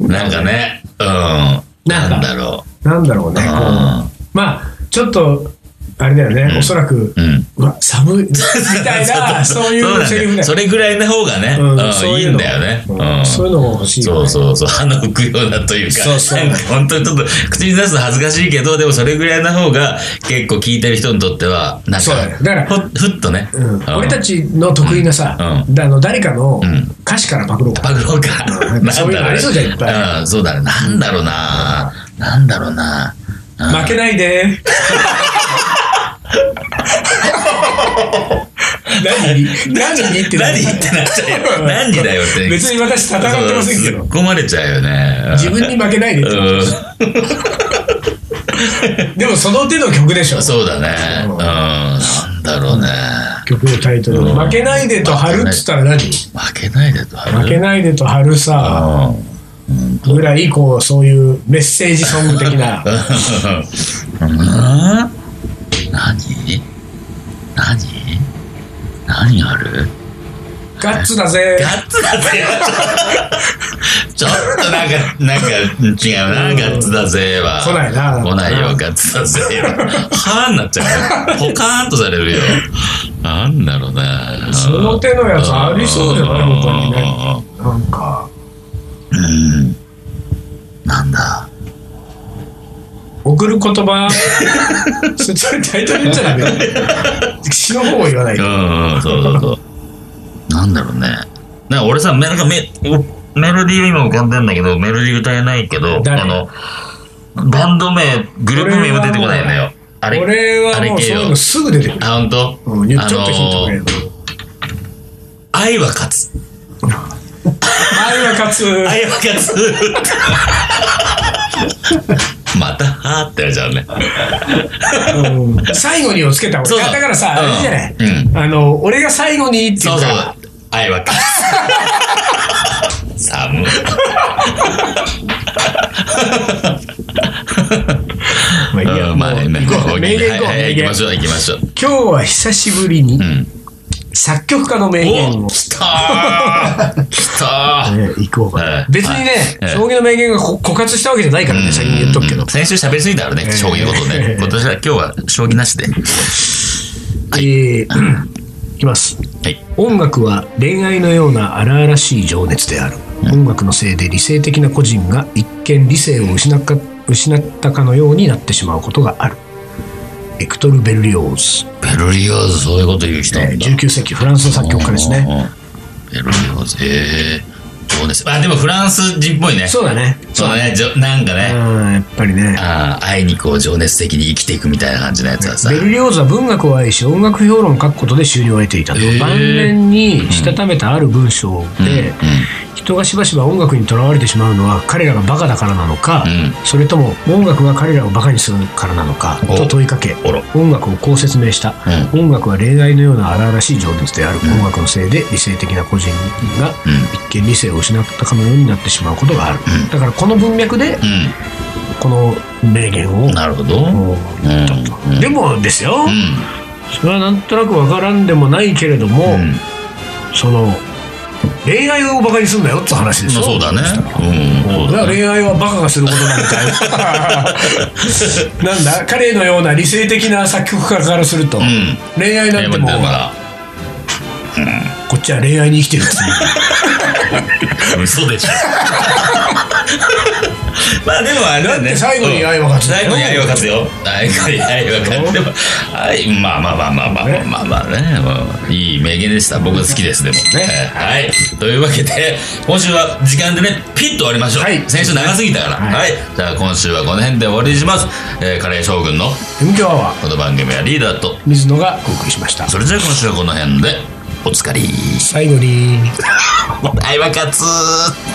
Speaker 2: なんかね、うん。
Speaker 1: なんか
Speaker 2: なんだろ
Speaker 1: なんだろうね、
Speaker 2: う。
Speaker 1: こうまあちょっとあれだよね、おそらく、
Speaker 2: うん。うん。
Speaker 1: うわ寒いみたいなそういうセリフだよね
Speaker 2: それぐらいの方がね、
Speaker 1: うん
Speaker 2: うん
Speaker 1: そう
Speaker 2: い
Speaker 1: い
Speaker 2: いう
Speaker 1: の
Speaker 2: んだよね。うん
Speaker 1: そういうのも欲しいよ
Speaker 2: そ
Speaker 1: ね
Speaker 2: うそうそう、歯の浮くようなというか、
Speaker 1: そうそう
Speaker 2: なんか本当にちょっと口に出すの恥ずかしいけど、でもそれぐらいの方が結構聞いてる人にとっては、なん
Speaker 1: そうだねだから
Speaker 2: か、ほふっとね、
Speaker 1: うん
Speaker 2: うん
Speaker 1: 俺たちの得意なさ、
Speaker 2: う
Speaker 1: だあの誰かの
Speaker 2: ん
Speaker 1: 歌詞からパクろうか、
Speaker 2: パクろうか。
Speaker 1: うん
Speaker 2: なんだ
Speaker 1: そういうの
Speaker 2: ろ
Speaker 1: あ
Speaker 2: うね
Speaker 1: りそうじゃんいっぱ
Speaker 2: うん、そうだね。なんだろうな。なんだろうな。うん
Speaker 1: 負けないで何何言って
Speaker 2: 何言ってなっちゃうよ。何だよって。
Speaker 1: 別に私戦ってませんけ
Speaker 2: そ
Speaker 1: ど
Speaker 2: う突っ込まれちゃうよね。
Speaker 1: 自分に負けないでって
Speaker 2: う
Speaker 1: でもその手の曲でしょ
Speaker 2: ん、そうだね。うん、なんだろうね。
Speaker 1: 曲のタイトル、
Speaker 2: うん
Speaker 1: 負けないでと春っつったら何
Speaker 2: 負けないでと。負
Speaker 1: 負け
Speaker 2: い。
Speaker 1: ないでと春さぐらいこうそういうメッセージソング的 な
Speaker 2: うん。何何何ある
Speaker 1: ガッツだぜ
Speaker 2: ガッツだぜちょっとなんか、なんか違うな、ガッツだぜは。
Speaker 1: 来ないな
Speaker 2: 来ないよ
Speaker 1: う、ん
Speaker 2: ガッツだぜは。はーになっちゃうよ。ポカーンとされるよ。なんだろうな。
Speaker 1: その手のやつありそうじゃない他にね
Speaker 2: ね。
Speaker 1: なんか
Speaker 2: うん。なんだ。
Speaker 1: 送る言葉それタイトル言っちゃダメよ詩の方を言わないと
Speaker 2: うんうん、そうそうそう。なんだろうね。なんか俺さ、めなんかメメロディー今浮かんでんだけど、メロディー歌えないけど、
Speaker 1: 誰
Speaker 2: あの、バンド名、グループ名も出てこないのよ。あれ、
Speaker 1: 俺はもうそういうのすぐ出てくる
Speaker 2: あ、ほんと
Speaker 1: うんちょっとヒント
Speaker 2: あ
Speaker 1: くれ
Speaker 2: の
Speaker 1: よ
Speaker 2: 愛は勝つ。
Speaker 1: 愛は勝つ
Speaker 2: 愛は勝つ。 また、はーってやっちゃうね。
Speaker 1: うん最後にをつけた方
Speaker 2: そう
Speaker 1: がい
Speaker 2: そ
Speaker 1: いうやだからさ
Speaker 2: うん
Speaker 1: あれじゃない
Speaker 2: うん
Speaker 1: あの俺が最後にってい
Speaker 2: そううそう
Speaker 1: か。
Speaker 2: 愛は 勝つ。寒い。
Speaker 1: まあいいや
Speaker 2: うんまあね、
Speaker 1: もう行こう名言行こう
Speaker 2: はいは
Speaker 1: 名
Speaker 2: い行き
Speaker 1: 言
Speaker 2: ましょう、行きましょう。
Speaker 1: 今日は久しぶりに
Speaker 2: ん
Speaker 1: 作曲家の名言を
Speaker 2: お来たー来たー
Speaker 1: ね行こうか
Speaker 2: は
Speaker 1: ない別にね
Speaker 2: はい
Speaker 1: 将棋の名言がこ枯渇したわけじゃないからね先に言っとくけど
Speaker 2: 先週喋りすぎたからね、将棋のこと ね。今年は、今日は将棋なしで。は
Speaker 1: えー いきます
Speaker 2: い。
Speaker 1: 音楽は恋愛のような荒々しい情熱である、音楽のせいで理性的な個人が一見理性を失っか失ったかのようになってしまうことがあるエクトル・ベルリオーズ、
Speaker 2: ベルリオーズ、そういうこと言う人
Speaker 1: え
Speaker 2: なん
Speaker 1: ー
Speaker 2: だ。
Speaker 1: 19世紀フランスの作曲家ですね
Speaker 2: うんうん。ベルリオーズ、えー、そうです。あ、でもフランス人っぽいね。
Speaker 1: そうだね
Speaker 2: そうだね、じょなんか
Speaker 1: うん
Speaker 2: ね、
Speaker 1: やっぱりね
Speaker 2: あー愛にこう情熱的に生きていくみたいな感じのやつはさ。
Speaker 1: ベルリオーズは文学を愛し音楽評論を書くことで収入を得ていたと、
Speaker 2: へえ
Speaker 1: 晩年にしたためたある文章で、人がしばしば音楽にとらわれてしまうのは彼らがバカだからなのか、
Speaker 2: うん
Speaker 1: それとも音楽が彼らをバカにするからなのか
Speaker 2: お
Speaker 1: と問いかけ
Speaker 2: おろ
Speaker 1: 音楽をこう説明した、音楽は恋愛のような荒々しい情熱である、音楽のせいで理性的な個人が一見理性を失ったかのようになってしまうことがある、
Speaker 2: うん
Speaker 1: だからこの文脈で
Speaker 2: う
Speaker 1: この名言を
Speaker 2: ん。なるほど。うん。
Speaker 1: もう言ったと、
Speaker 2: うん
Speaker 1: でもですよ、
Speaker 2: うん
Speaker 1: それはなんとなくわからんでもないけれども、
Speaker 2: うん
Speaker 1: その恋愛をバカにすんなよって話でしょ、
Speaker 2: そうだね。うん、そ
Speaker 1: だ
Speaker 2: う
Speaker 1: か
Speaker 2: だ
Speaker 1: ら
Speaker 2: ね。
Speaker 1: 恋愛はバカがすることなんだ よなんだ彼のような理性的な作曲家からすると、
Speaker 2: ん
Speaker 1: 恋愛なんてもう
Speaker 2: だか
Speaker 1: こっちは恋愛に生きて るんですね
Speaker 2: ら、嘘でしょ。まあでもあれだ
Speaker 1: だっ
Speaker 2: ね。
Speaker 1: て最後に愛は勝つんだ
Speaker 2: 最
Speaker 1: よ
Speaker 2: 後に愛は勝つよ。最後に愛は勝つ。でも、愛、まあまあまあまあまあまあまあね。うんいい名言でした。僕は好きです、でも。ね。はい。というわけで、今週は時間でね、ピッと終わりましょう。
Speaker 1: はい
Speaker 2: 先週長すぎたから。はい。じゃあ今週はこの辺で終わりにします。えーカレー将軍の
Speaker 1: M 強アワー
Speaker 2: この番組はリーダーと、
Speaker 1: 水野がお送りしました
Speaker 2: それじゃあ今週はこの辺で、おつかり。
Speaker 1: 最後に
Speaker 2: はい、わかつー。